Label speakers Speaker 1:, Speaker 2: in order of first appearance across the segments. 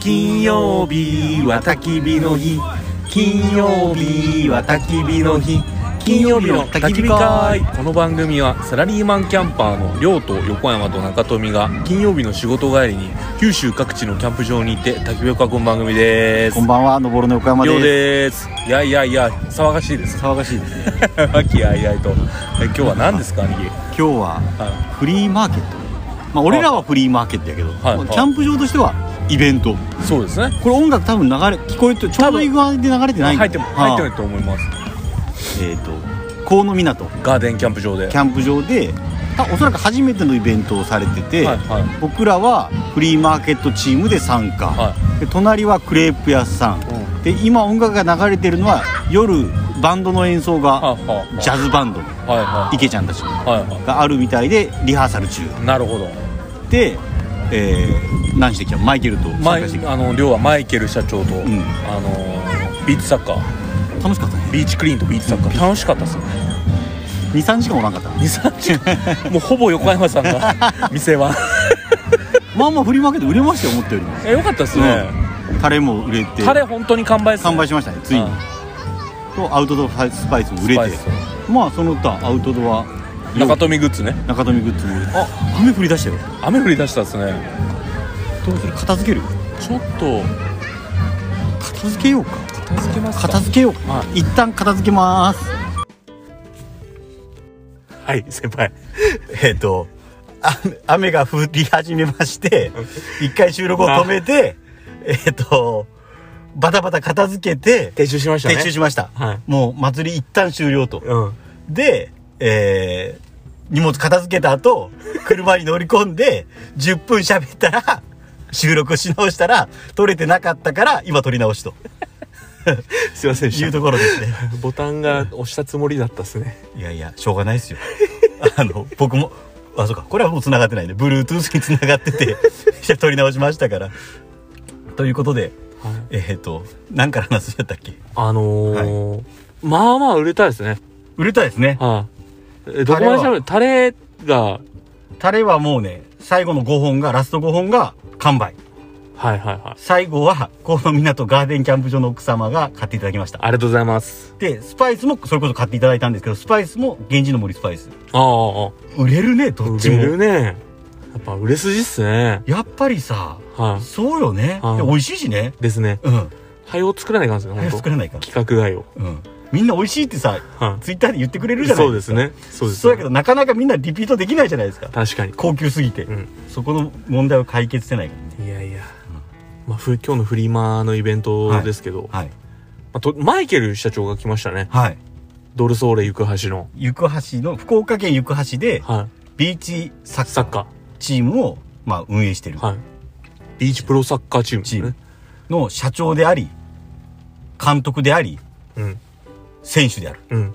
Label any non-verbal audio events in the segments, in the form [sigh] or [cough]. Speaker 1: 金曜日は焚き火の日金曜日は焚き火の日金曜日の焚き火会この番組はサラリーマンキャンパーの亮と横山と中富が金曜日の仕事帰りに九州各地のキャンプ場に行って焚き火を囲む番組です
Speaker 2: こんばんは、のぼるの横山
Speaker 1: 亮
Speaker 2: です。
Speaker 1: ですいやいやいや騒がしいです [laughs]
Speaker 2: 騒がしいですね。
Speaker 1: 和気あいあいとえ今日は何ですか兄貴
Speaker 2: 今日は
Speaker 1: は
Speaker 2: フリーマーケット。まあ、俺らはフリーマーケットやけど、
Speaker 1: はいはい
Speaker 2: キャンプ場としてはイベント。
Speaker 1: いそうですね
Speaker 2: これ音楽多分流れ聞こえてちょうどいい具合で流れてないんだ
Speaker 1: 入っても入ってない
Speaker 2: は
Speaker 1: と思います
Speaker 2: あえっ、と河野港
Speaker 1: ガーデンキャンプ場で
Speaker 2: キャンプ場でたおそらく初めてのイベントをされてて、
Speaker 1: はいはい
Speaker 2: 僕らはフリーマーケットチームで参加、
Speaker 1: は
Speaker 2: で隣はクレープ屋さん、
Speaker 1: うん
Speaker 2: で今音楽が流れてるのは夜バンドの演奏
Speaker 1: は
Speaker 2: が
Speaker 1: いはい
Speaker 2: ジャズバンドの
Speaker 1: はいはい
Speaker 2: 池ちゃんたちの
Speaker 1: はいは
Speaker 2: があるみたいでリハーサル中
Speaker 1: いなるほど
Speaker 2: で、えー、何してきたのマイケルと
Speaker 1: マ
Speaker 2: 参加して
Speaker 1: イ
Speaker 2: きた
Speaker 1: あの亮はマイケル社長と、
Speaker 2: ん
Speaker 1: あのビーチサッカー
Speaker 2: 楽しかったね
Speaker 1: ビーチクリーンとビーチサッカー楽しかったっすよね
Speaker 2: 23時間おらんかった
Speaker 1: 23時間もうほぼ横山さんが店
Speaker 3: [laughs]
Speaker 1: は
Speaker 2: まあまあ振りまけて売れましたよ思ったよりも、
Speaker 1: えよかったっすね、
Speaker 2: うん、タレも売れて
Speaker 1: タレ本当に完売っすね
Speaker 2: 完売しましたねついに、
Speaker 1: うん
Speaker 2: とアウトドアスパイスも売れて
Speaker 1: スパイ
Speaker 2: まあその他アウトドア
Speaker 1: ス中富グッズね
Speaker 2: 中富グッズも売れて
Speaker 1: あ
Speaker 2: 雨降り出したよ
Speaker 1: 雨降り出したっすね
Speaker 2: どうする片付ける
Speaker 1: ちょっと
Speaker 2: 片付けようか
Speaker 1: 片付けますか
Speaker 2: 片付けよう
Speaker 1: は
Speaker 2: か一旦片付けます
Speaker 1: はい先輩
Speaker 2: [laughs] えっ、と雨雨が降り始めまして一回収録を止めてえっ、とバタバタ片付けて
Speaker 1: 撤収しましたね
Speaker 2: 撤収しました、
Speaker 1: はい
Speaker 2: もう祭り一旦終了と、
Speaker 1: うん
Speaker 2: で、えー、荷物片付けた後車に乗り込んで10分喋ったら収録し直したら撮れてなかったから今撮り直しと
Speaker 3: [laughs] すいませんで
Speaker 2: い
Speaker 3: し
Speaker 2: うところですね
Speaker 3: たボタンが押したつもりだったっすね
Speaker 2: いやいやしょうがないですよあの僕もあそうかこれはもう繋がってないね Bluetooth に繋がっててじゃあ撮り直しましたからということで
Speaker 3: はい
Speaker 2: えっ、と何から話しちゃったっけ
Speaker 3: あのーまあまあ売れたですね
Speaker 2: 売れたですね
Speaker 3: はい、えどこまでしゃべるタレが
Speaker 2: タレはもうね最後の5本がラスト5本が完売
Speaker 3: はいはいはい
Speaker 2: 最後は河野港ガーデンキャンプ場の奥様が買っていただきました
Speaker 3: ありがとうございます
Speaker 2: でスパイスもそれこそ買っていただいたんですけどスパイスも源氏の森スパイス
Speaker 3: あああ
Speaker 2: 売れるね
Speaker 3: あ
Speaker 2: どっ
Speaker 3: 売
Speaker 2: ち
Speaker 3: れる
Speaker 2: も
Speaker 3: ねやっぱ売れ筋っすね
Speaker 2: やっぱりさ
Speaker 3: は
Speaker 2: そうよね、
Speaker 3: はい
Speaker 2: で美味しいしね
Speaker 3: いですね
Speaker 2: うん
Speaker 3: 早を作らないかんですね
Speaker 2: 早く
Speaker 3: 本
Speaker 2: 作らないか
Speaker 3: 当企画外を
Speaker 2: うんみんな美味しいってさ
Speaker 3: は
Speaker 2: ツイッターで言ってくれる
Speaker 3: い
Speaker 2: じゃな
Speaker 3: そ
Speaker 2: いうで
Speaker 3: ですす
Speaker 2: か
Speaker 3: ねそうです
Speaker 2: そうや
Speaker 3: ね
Speaker 2: けどなかなかみんなリピートできないじゃないですか
Speaker 3: 確かに
Speaker 2: 高級すぎて、
Speaker 3: うん
Speaker 2: そこの問題を解決してないからね
Speaker 3: いやいや、まあ、ふ今日のフリマのイベントですけど、
Speaker 2: はい
Speaker 3: まあとマイケル社長が来ましたね
Speaker 2: はい
Speaker 3: ドルソーレ行く橋の
Speaker 2: 行橋の福岡県行橋で
Speaker 3: は
Speaker 2: ビーチサッ
Speaker 3: い
Speaker 2: カー
Speaker 3: サッカー
Speaker 2: チームを、まあ、運営してる
Speaker 3: はい。ビーチプロサッカーチームですね。
Speaker 2: の社長であり監督であり
Speaker 3: うん。
Speaker 2: 選手である
Speaker 3: うん。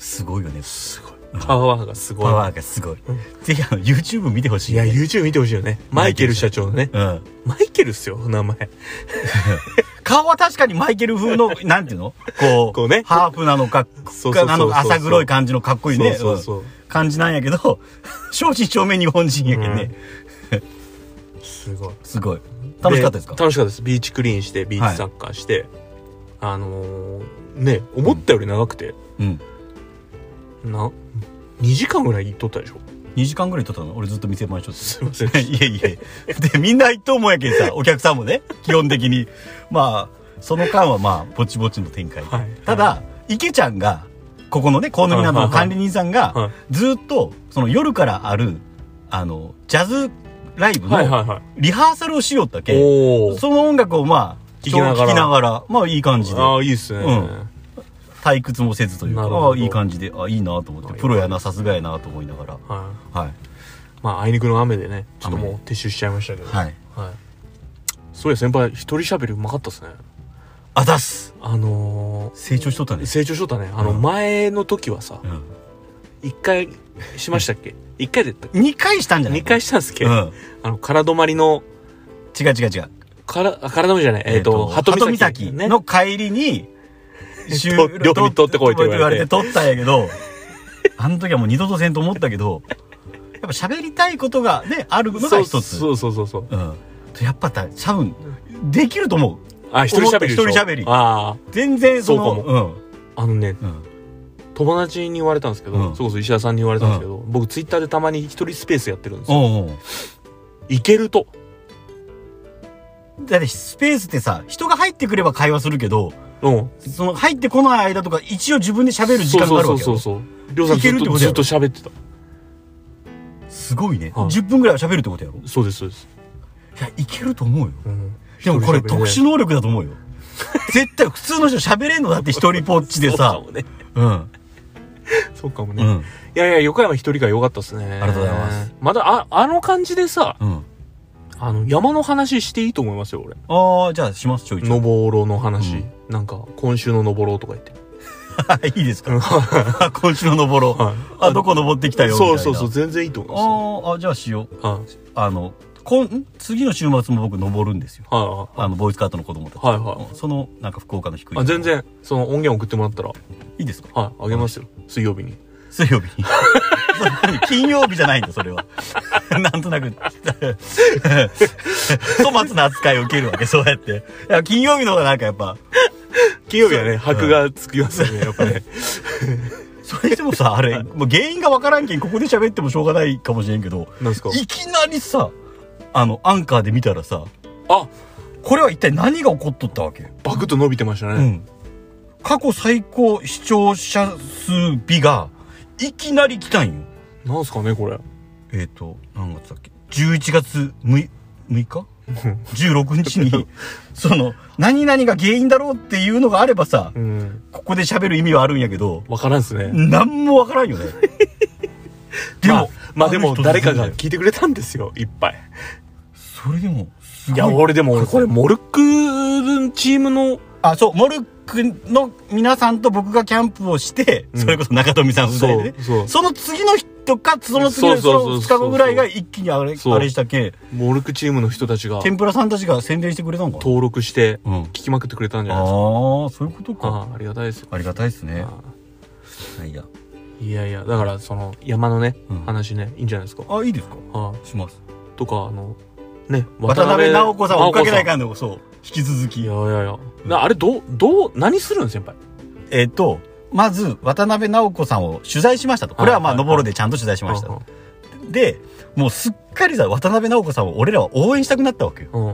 Speaker 2: すごいよね
Speaker 3: すごい。パワーがすごい。
Speaker 2: パワーがすごい、
Speaker 3: ん
Speaker 2: ぜひあの YouTube 見てほしい
Speaker 3: い
Speaker 2: よ
Speaker 3: や、
Speaker 2: ね、
Speaker 3: YouTube 見てほしいよね。マイケル社長のね。
Speaker 2: うん、
Speaker 3: マイケルっすよ、名前。
Speaker 2: 顔は確かにマイケル
Speaker 3: [laughs]
Speaker 2: 風のなんていうのこう
Speaker 3: こうね
Speaker 2: ハープなのか
Speaker 3: そうそうそうそう
Speaker 2: なのか浅黒い感じのかっこいいね
Speaker 3: そうそうそう
Speaker 2: うん感じなんやけ
Speaker 3: [laughs]
Speaker 2: ど正真正銘日本人やけどね、
Speaker 3: すごい。
Speaker 2: すごい楽しかったですか
Speaker 3: 楽しかったです。ビーチクリーンして、ビーチサッカーして。あのー、ね、思ったより長くて、
Speaker 2: うん
Speaker 3: な、2時間ぐらい撮ったでしょ。
Speaker 2: 2時間ぐらい撮ったの俺ずっと店前ちょっと
Speaker 3: すいません。
Speaker 2: いえいえ。で、みんな一等もんやけんさ、お客さんもね、基本的に。まあ、その間はまあ、ぼちぼちの展開。
Speaker 3: はい
Speaker 2: ただ、池ちゃんが、ここのね、コーナーなどの管理人さんが、
Speaker 3: はい
Speaker 2: ずっと、その夜からある、あの、ジャズライブ
Speaker 3: はいはい
Speaker 2: の
Speaker 3: は
Speaker 2: リハーサルをしよった
Speaker 3: い。
Speaker 2: け、
Speaker 3: おー。
Speaker 2: その音楽をまあ、
Speaker 3: 聞きながら
Speaker 2: 聴きながら、まあいい感じで、
Speaker 3: ああ、いいっすね。
Speaker 2: うん退屈もせずというか、
Speaker 3: なるほ
Speaker 2: あ
Speaker 3: ど
Speaker 2: あいい感じで、あいいなと思って、プロやな、さすがやなと思いながら、
Speaker 3: は
Speaker 2: はい。
Speaker 3: い。まあ、あいにくの雨でね、ちょっともう撤収しちゃいましたけど。
Speaker 2: はい。
Speaker 3: はい。そういや、先輩、一人喋りうまかったっすね。
Speaker 2: あざっす
Speaker 3: あの
Speaker 2: 成長しとったね
Speaker 3: ー、。成長しとったね。あの、
Speaker 2: うん
Speaker 3: 前の時はさ
Speaker 2: う、ん
Speaker 3: 一回しましたっけ一回でやったっけ
Speaker 2: 二回したんじゃない
Speaker 3: 二回したんですっけ
Speaker 2: う
Speaker 3: ど、
Speaker 2: ん。
Speaker 3: あの、空止まりの、
Speaker 2: 違う違う違う。
Speaker 3: から、あ空止まりじゃない、えっ、と、鳩
Speaker 2: 鳩
Speaker 3: 岬
Speaker 2: 岬
Speaker 3: ね。
Speaker 2: の帰りに、収録
Speaker 3: 料理取ってこいって言われて
Speaker 2: 取ってこいって言われて取ったんやけど、 [laughs] あの時はもう二度とせんと思ったけど、やっぱ喋りたいことがね、あるのが
Speaker 3: そう
Speaker 2: 一つ。
Speaker 3: そうそうそうそう。
Speaker 2: うん。とやっぱた多分できると思う
Speaker 3: あ、一人喋りでしょ。
Speaker 2: 思った一人喋り
Speaker 3: あ
Speaker 2: 全然その
Speaker 3: そうか
Speaker 2: も
Speaker 3: あ。あのね、
Speaker 2: うん、うん、
Speaker 3: 友達に言われたんですけど、
Speaker 2: うん
Speaker 3: それこそ石田さんに言われたんですけど、僕ツイッターでたまに一人スペースやってるんですよ。
Speaker 2: おうおう
Speaker 3: いけると。
Speaker 2: だってスペースってさ人が入ってくれば会話するけど
Speaker 3: うん。
Speaker 2: その入ってこない間とか一応自分で喋る時間があるわけ
Speaker 3: そう
Speaker 2: よ
Speaker 3: そうそうそう。りょうさんず
Speaker 2: いけるっ
Speaker 3: っ
Speaker 2: て
Speaker 3: と
Speaker 2: こと
Speaker 3: ず
Speaker 2: や
Speaker 3: っ
Speaker 2: ろ
Speaker 3: と喋ってた。
Speaker 2: すごいね、
Speaker 3: はい
Speaker 2: 10分ぐらいは喋るってことやろい
Speaker 3: そうです、そうです。
Speaker 2: やいけると思うよ
Speaker 3: うん
Speaker 2: でもこれ特殊
Speaker 3: の
Speaker 2: 能力だと
Speaker 3: [laughs]
Speaker 2: 思うよ絶対普通の人喋れんのだって一人ぽっちでさ
Speaker 3: そうかもね。
Speaker 2: [laughs] うん
Speaker 3: そうかも
Speaker 2: う
Speaker 3: ね。
Speaker 2: ん
Speaker 3: いやいや、横山一人が良かったですね。あ
Speaker 2: りがとうございます。
Speaker 3: まだ、あ、あの感じでさ、
Speaker 2: うん
Speaker 3: あの、山の話していいと思いますよ、俺。
Speaker 2: ああじゃあしますちょいち [laughs] ょい
Speaker 3: 登ろうの話。
Speaker 2: うん
Speaker 3: なんか、今週の登ろうと
Speaker 2: [laughs]
Speaker 3: か言って。
Speaker 2: いいです
Speaker 3: [laughs]
Speaker 2: か今週の登ろう、
Speaker 3: はい
Speaker 2: あどこ登ってきたよみたい
Speaker 3: [laughs] そう
Speaker 2: な
Speaker 3: そうそう、全然いいと思いま
Speaker 2: あーあじゃあしよう
Speaker 3: すよ。はい
Speaker 2: あのこん次の週末も僕登るんですよ
Speaker 3: は
Speaker 2: あのボーイスカートの子供たち、
Speaker 3: いはい。はいはい。
Speaker 2: そのなんか福岡の低い
Speaker 3: あ全然、その音源送ってもらったら、
Speaker 2: いいですか
Speaker 3: はい、あげますよ。水曜日に。
Speaker 2: 水曜日に [laughs] それ金曜日じゃないんだそれは [laughs] なんとなく [laughs] 粗末な扱いを受けるわけそうやっていや金曜日の方がなんかやっぱ
Speaker 3: 金曜日はね、箔がつきますよね、やっ
Speaker 2: [laughs]
Speaker 3: ぱね。
Speaker 2: それでもさあれもう原因がわからんけんここで喋ってもしょうがないかもしれんけど
Speaker 3: なんですか
Speaker 2: いきなりさあのアンカーで見たらさ
Speaker 3: あ、
Speaker 2: これは一体何が起こっとったわけ
Speaker 3: バクッと伸びてました
Speaker 2: う
Speaker 3: ね。
Speaker 2: ん過去最高視聴者数日がいきなり来たんよ
Speaker 3: なんすかね、これ。
Speaker 2: えっ、ー、と何月だっけ11月 6, 6日16日
Speaker 3: [laughs]
Speaker 2: にその何々が原因だろうっていうのがあればさ
Speaker 3: うん。
Speaker 2: ここで喋る意味はあるんやけど
Speaker 3: わからんっすね。
Speaker 2: 何もわからんよねで
Speaker 3: [laughs] まあ
Speaker 2: も、
Speaker 3: まあで
Speaker 2: あ
Speaker 3: も、
Speaker 2: る人
Speaker 3: 誰か
Speaker 2: 全然だ
Speaker 3: が
Speaker 2: よ
Speaker 3: 聞いてくれたんですよ、いっぱい。
Speaker 2: それでもすご
Speaker 3: いや、俺でも俺これ、
Speaker 2: こ
Speaker 3: モルックチームの、
Speaker 2: あそうモルックの皆さんと僕がキャンプをして、
Speaker 3: うん
Speaker 2: それこそ中富さん夫妻でね
Speaker 3: そう
Speaker 2: その次の人かその次の
Speaker 3: そうそう
Speaker 2: そ
Speaker 3: そ
Speaker 2: の2日
Speaker 3: う
Speaker 2: 後ぐらいが一気にあれ
Speaker 3: そう
Speaker 2: あれしたけ
Speaker 3: モルックチームの人たちが
Speaker 2: 天ぷらさんたちが宣伝してくれたのかな
Speaker 3: 登録して、
Speaker 2: うん、
Speaker 3: 聞きまくってくれたんじゃ
Speaker 2: あ
Speaker 3: ない
Speaker 2: あ
Speaker 3: です
Speaker 2: ーそういうこと
Speaker 3: か。
Speaker 2: か
Speaker 3: あありがたいですよ。
Speaker 2: ありがたいですね
Speaker 3: あ
Speaker 2: いや
Speaker 3: あいやいや、だから、その、山のね
Speaker 2: うん、
Speaker 3: 話ね、いいんじゃないですか。
Speaker 2: あいいですか
Speaker 3: あ
Speaker 2: します
Speaker 3: あとか、あの、ね、
Speaker 2: 渡辺直子さん追っかけない
Speaker 3: 直子さ
Speaker 2: かんのそう引き続
Speaker 3: んい
Speaker 2: き
Speaker 3: やいやいや。なあれ、どう、どう、何するん先輩。
Speaker 2: えっ、とまず渡辺直子さんを取材しましたとこれはまあ「
Speaker 3: はいはいはい
Speaker 2: 登る」でちゃんと取材しました
Speaker 3: うん
Speaker 2: とでもうすっかりさ渡辺直子さんを俺らは応援したくなったわけよ
Speaker 3: う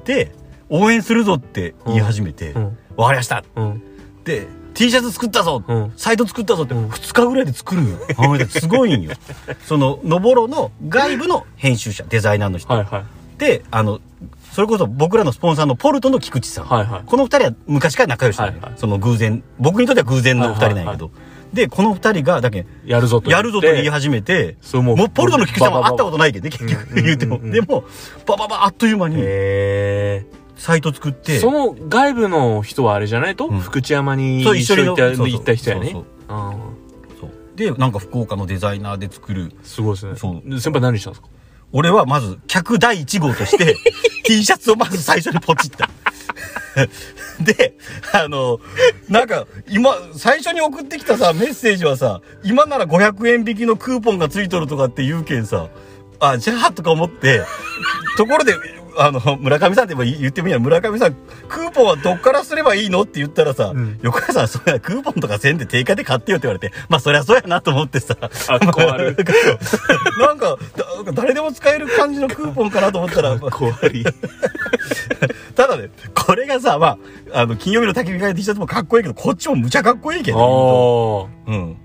Speaker 3: ん。
Speaker 2: で応援するぞって言い始めて「
Speaker 3: う
Speaker 2: わ、
Speaker 3: ん。
Speaker 2: かりました
Speaker 3: うん。」
Speaker 2: で T シャツ作ったぞ、
Speaker 3: うん。
Speaker 2: サイト作ったぞって
Speaker 3: うん
Speaker 2: 2日ぐらいで作るんよ、あの人すごいんよその「のぼろ」の外部の編集者デザイナーの人、
Speaker 3: はいはい。
Speaker 2: であのそれこそ僕らのスポンサーのポルトの菊池さん、
Speaker 3: はいはい。
Speaker 2: この二人は昔から仲良しなのよ、
Speaker 3: はいはい
Speaker 2: その偶然僕にとっては偶然の二人なんやけど、でこの二人がだけ
Speaker 3: やるぞと言
Speaker 2: や
Speaker 3: って。
Speaker 2: るぞと言い始めて
Speaker 3: そうもう。。
Speaker 2: もうポルトの菊池さんは会ったこととないけどね結
Speaker 3: うんうんうんう
Speaker 2: 局
Speaker 3: ん
Speaker 2: 言うても、でもバババあっという間に
Speaker 3: へ
Speaker 2: サイト作っ
Speaker 3: え。
Speaker 2: て
Speaker 3: その外部の人はあれじゃないと
Speaker 2: うん
Speaker 3: 福知山に
Speaker 2: そう
Speaker 3: 一
Speaker 2: 一緒
Speaker 3: 緒
Speaker 2: に
Speaker 3: に行った
Speaker 2: そうそう
Speaker 3: 行った人やね
Speaker 2: そう。
Speaker 3: うん。
Speaker 2: そうでなんか福岡のデザイナーで作る
Speaker 3: すごいですね。
Speaker 2: そう
Speaker 3: で先輩何したんですか
Speaker 2: 俺はまず客第1号として
Speaker 3: [laughs]
Speaker 2: T シャツをまず最初にポチった。 [laughs] で、あの、なんか今、最初に送ってきたさ、メッセージはさ、今なら500円引きのクーポンがついとるとかって言うけんさ、あ、じゃあとか思って、ところで、あの、村上さんって言えば言ってみや、村上さん、クーポンはどっからすればいいのって言ったらさ、
Speaker 3: うん
Speaker 2: 横川さん、そりゃクーポンとかせんで定価で買ってよって言われて、まあそりゃそうやなと思ってさ、
Speaker 3: あ困
Speaker 2: [laughs]
Speaker 3: る
Speaker 2: なんか、だ誰でも使える感じのクーポンかなと思ったら、
Speaker 3: 怖 [laughs] い。
Speaker 2: ただね、これがさ、まあ、あの、金曜日の焚き火会の T シャツもかっこいいけど、こっちもむちゃかっこいいけ
Speaker 3: ああ
Speaker 2: ど、
Speaker 3: ー。
Speaker 2: うん。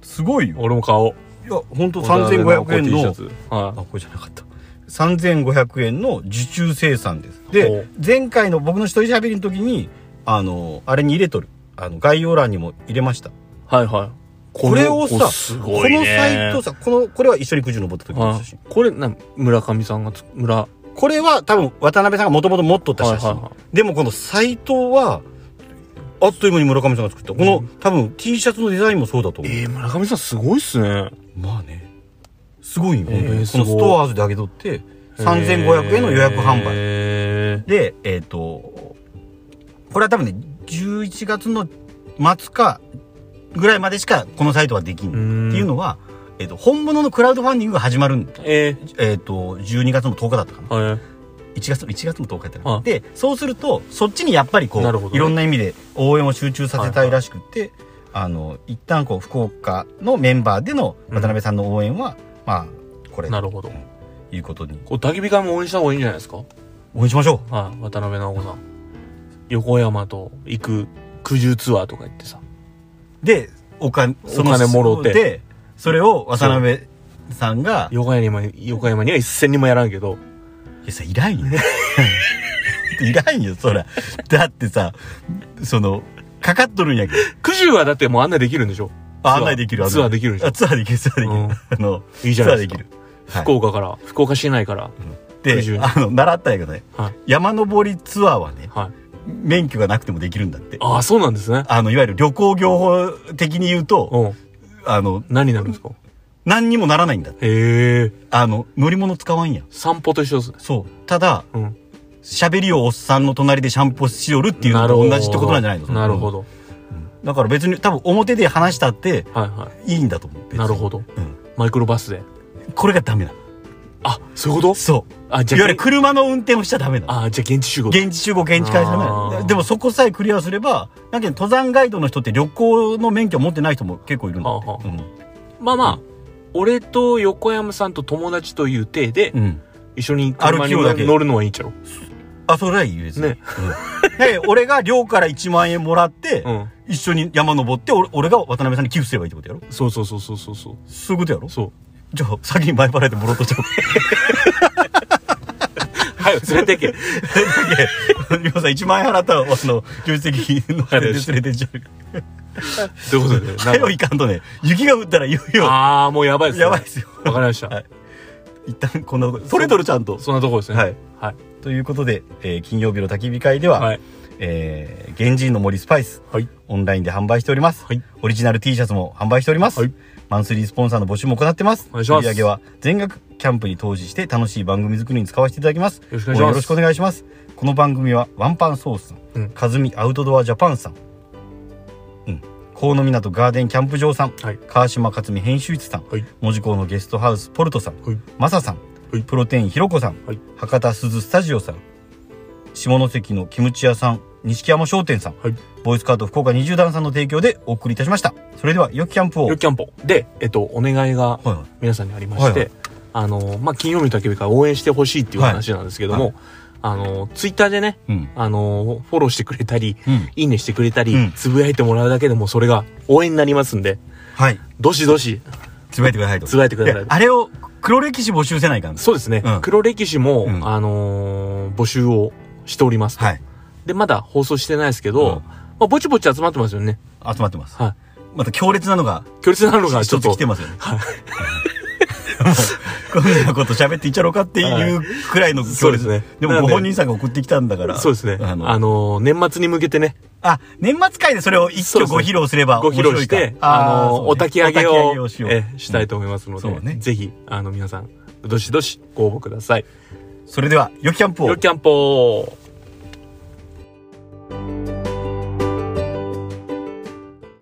Speaker 2: すごいよ。
Speaker 3: 俺も買おう。
Speaker 2: いや、ほんと3500円
Speaker 3: T シャ
Speaker 2: の、
Speaker 3: ツ。は
Speaker 2: あ、
Speaker 3: い。
Speaker 2: これじゃなかった。3500円の受注生産です。
Speaker 3: ほ
Speaker 2: で
Speaker 3: う、
Speaker 2: 前回の僕の一人喋りの時に、あの、あれに入れとる。あの、概要欄にも入れました。
Speaker 3: はいはい。
Speaker 2: これをさ、
Speaker 3: す
Speaker 2: こ
Speaker 3: ごい
Speaker 2: の
Speaker 3: ね。
Speaker 2: サイトさ、この、これは一緒にくじ登った時の
Speaker 3: は
Speaker 2: 写真。
Speaker 3: い。これ、な、村上さんがつ、村。
Speaker 2: これは多分渡辺さんがもともと持っとった写真、
Speaker 3: はいはいは
Speaker 2: でもこのサイトはあっという間に村上さんが作ったこの、多分 T シャツのデザインもそうだと思う、
Speaker 3: えー、村上さんすごいっすね。
Speaker 2: まあねすごいよ、本当に
Speaker 3: えー
Speaker 2: この
Speaker 3: すご
Speaker 2: ス
Speaker 3: い
Speaker 2: トアーズで上げとって3500円の予約販売、
Speaker 3: 売。
Speaker 2: でえっ、とこれは多分ね11月の末かぐらいまでしかこのサイトはできん
Speaker 3: うーん
Speaker 2: っていうのは、えー、と本物のクラウドファンディングが始まるん
Speaker 3: え
Speaker 2: えっ、と12月の10日だったかな
Speaker 3: ー、はい。
Speaker 2: 1月の1月の10日やったか
Speaker 3: は
Speaker 2: ないでそうするとそっちにやっぱりこ
Speaker 3: なるほど
Speaker 2: う
Speaker 3: ね
Speaker 2: いろんな意味で応援を集中させたいらしくってあの一旦こう福岡のメンバーでの渡辺さんの応援はまあこれ
Speaker 3: な
Speaker 2: と
Speaker 3: るほど。
Speaker 2: いうことに
Speaker 3: こう、焚き火会も応援した方がいいんじゃないですか
Speaker 2: 応援しましょ
Speaker 3: はい、渡辺直子さん。横山と行く苦渋ツアーとか行ってさ。
Speaker 2: うでお金その
Speaker 3: お金もろて
Speaker 2: でそれを渡辺さんが
Speaker 3: 横山に、横山には一銭にもやらんけど、
Speaker 2: いやさ、いらんよ。 [laughs] いらんよ、そら。だってさ、その、かかっとるんやけど。
Speaker 3: 苦渋はだってもう案内できるんでしょ
Speaker 2: あ案内できる、
Speaker 3: ツアー
Speaker 2: 案内
Speaker 3: できるでしょ
Speaker 2: あツアーできる、ツアーできる。
Speaker 3: うん
Speaker 2: あの、
Speaker 3: いいじゃないですか
Speaker 2: ツアーできる。はい
Speaker 3: 福岡から、福岡市内から。九十
Speaker 2: で、
Speaker 3: に
Speaker 2: あの、習ったんやけどね、
Speaker 3: はい
Speaker 2: 山登りツアーはね、
Speaker 3: はい。
Speaker 2: 免許がなくてもできるんだって。
Speaker 3: ああ、そうなんですね。
Speaker 2: あの、いわゆる旅行業法的に言うと、
Speaker 3: うん。
Speaker 2: あの、
Speaker 3: 何になるんですか
Speaker 2: 何にもならないんだって。
Speaker 3: へえ。
Speaker 2: あの、乗り物使わんやん。
Speaker 3: 散歩と一緒ですね。
Speaker 2: そう。ただ、
Speaker 3: うん。
Speaker 2: 喋りをおっさんの隣でシャンポしよるっていうのと同じってことなんじゃないの
Speaker 3: なるほ
Speaker 2: ど。
Speaker 3: ど。
Speaker 2: だから別に多分表で話したって
Speaker 3: はいはい
Speaker 2: いんだと思う。別
Speaker 3: い。
Speaker 2: に
Speaker 3: なるほど。
Speaker 2: うん。
Speaker 3: マイクロバスで。
Speaker 2: これがダメなの。
Speaker 3: あ、そういうこと
Speaker 2: そう。
Speaker 3: あ、じ
Speaker 2: い
Speaker 3: ゃ
Speaker 2: わ
Speaker 3: あ、
Speaker 2: ゆる
Speaker 3: げん
Speaker 2: 車の運転をしちゃダメなの。
Speaker 3: あ、じゃあ現地集合。
Speaker 2: 現地集合、現地会社
Speaker 3: あ
Speaker 2: な
Speaker 3: ー
Speaker 2: い。でもそこさえクリアすれば、だけど登山ガイドの人って旅行の免許持ってない人も結構いるんだって
Speaker 3: はあ
Speaker 2: うん
Speaker 3: まあまあ、俺と横山さんと友達という体で、
Speaker 2: うん。
Speaker 3: 一緒に車に
Speaker 2: 歩きようだけ
Speaker 3: 乗るのはいいんちゃろ
Speaker 2: あ、それはいいです
Speaker 3: ね
Speaker 2: ね。うんで俺が寮から1万円もらって
Speaker 3: う、ん。
Speaker 2: 一緒に山登って、俺俺が渡辺さんに寄付すればいいってことやろ
Speaker 3: そうそうそうそうそうそう。
Speaker 2: そういうことやろ
Speaker 3: そう。
Speaker 2: じゃあ、先に前 [laughs] 払いでもろうとちゃう。
Speaker 3: はい、連れて [laughs] け。
Speaker 2: だけど、りょうさん1万円払ったら、あの、助手席の手で連れてっちゃう。
Speaker 3: ということで、な
Speaker 2: 早
Speaker 3: んか
Speaker 2: よいかんとね、雪が降ったらいよいよ、
Speaker 3: ああ、もうやばいですね。
Speaker 2: やばいですよ。
Speaker 3: わかりました。
Speaker 2: はい一旦こんなとこ、それぞれちゃんと。
Speaker 3: そんなところですね。
Speaker 2: はい。
Speaker 3: はい。
Speaker 2: ということで、えー金曜日の焚き火会では、
Speaker 3: はい。
Speaker 2: えー、原人の森スパイス、
Speaker 3: はい。
Speaker 2: オンラインで販売しております。
Speaker 3: はい
Speaker 2: オリジナル T シャツも販売しております。
Speaker 3: はい
Speaker 2: マンスリースポンサーの募集も行ってます。
Speaker 3: お願いします
Speaker 2: 売り上げは全額キャンプに投資して楽しい番組作りに使わせていただきます。
Speaker 3: ろしくお
Speaker 2: 応
Speaker 3: 願いします
Speaker 2: 援よろしくお願いします。この番組はワンパンソースさん、
Speaker 3: うん
Speaker 2: カズミアウトドアジャパンさん、うん、河野港ガーデンキャンプ場さん、
Speaker 3: はい
Speaker 2: 川島克美編集室さん、
Speaker 3: はい
Speaker 2: 門司港のゲストハウスポルトさん、
Speaker 3: はい
Speaker 2: マサさん、
Speaker 3: はい
Speaker 2: プロテインひろこさん、
Speaker 3: はい
Speaker 2: 博多鈴スタジオさん、下関のキムチ屋さん、錦山商店さん、
Speaker 3: はい
Speaker 2: ボーイスカート福岡20段さんの提供でお送りいたしました。それでは、よきキャンプを。
Speaker 3: よっキャンポ。で、えっと、お願いが
Speaker 2: はいはい
Speaker 3: 皆さんにありまして、
Speaker 2: はいはい
Speaker 3: あの、まあ、金曜日の焚き火会応援してほしいっていう話なんですけども、
Speaker 2: は
Speaker 3: あの、ツイッターでね、
Speaker 2: うん。
Speaker 3: あの、フォローしてくれたり、
Speaker 2: うん
Speaker 3: いいねしてくれたり、
Speaker 2: うん
Speaker 3: つぶやいてもらうだけでもそれが応援になりますんで、
Speaker 2: はい。
Speaker 3: どしどし、
Speaker 2: つぶやいてくださいと。
Speaker 3: つぶやいてください
Speaker 2: であれを、黒歴史募集せないかん。
Speaker 3: そうですね、
Speaker 2: うん
Speaker 3: 黒歴史も、
Speaker 2: うん
Speaker 3: あのー募集をしておりますと、
Speaker 2: はい。
Speaker 3: で、まだ放送してないですけど、
Speaker 2: うん
Speaker 3: まあ、ぼちぼち集まってますよね。
Speaker 2: 集まってます。
Speaker 3: は
Speaker 2: また強烈なのが、
Speaker 3: い。強烈なのがち
Speaker 2: 一
Speaker 3: ょっ
Speaker 2: つ
Speaker 3: と
Speaker 2: 来て、ますよね。はい。こんなこと喋っていっちゃろうかっていうくらいの強烈、
Speaker 3: はいそうですね
Speaker 2: で
Speaker 3: な
Speaker 2: も
Speaker 3: ん
Speaker 2: ご
Speaker 3: で
Speaker 2: 本人さんが送ってきたんだから。
Speaker 3: そうですね。あ
Speaker 2: あ
Speaker 3: の
Speaker 2: の、あ
Speaker 3: ー年末に向けてね、
Speaker 2: 年末会でそれを一挙ご披露すれば
Speaker 3: ご
Speaker 2: 面
Speaker 3: 披
Speaker 2: 白いか。
Speaker 3: 露して、
Speaker 2: ー
Speaker 3: あのー
Speaker 2: そ
Speaker 3: お
Speaker 2: うね
Speaker 3: 焚き上げ
Speaker 2: お焚
Speaker 3: を
Speaker 2: きしよう
Speaker 3: えしたいと思いますので、
Speaker 2: そうね
Speaker 3: ぜひ、あの、皆さん、どしどしご応募ください。
Speaker 2: それでは、よきキャンプを
Speaker 3: よっ。キャンポー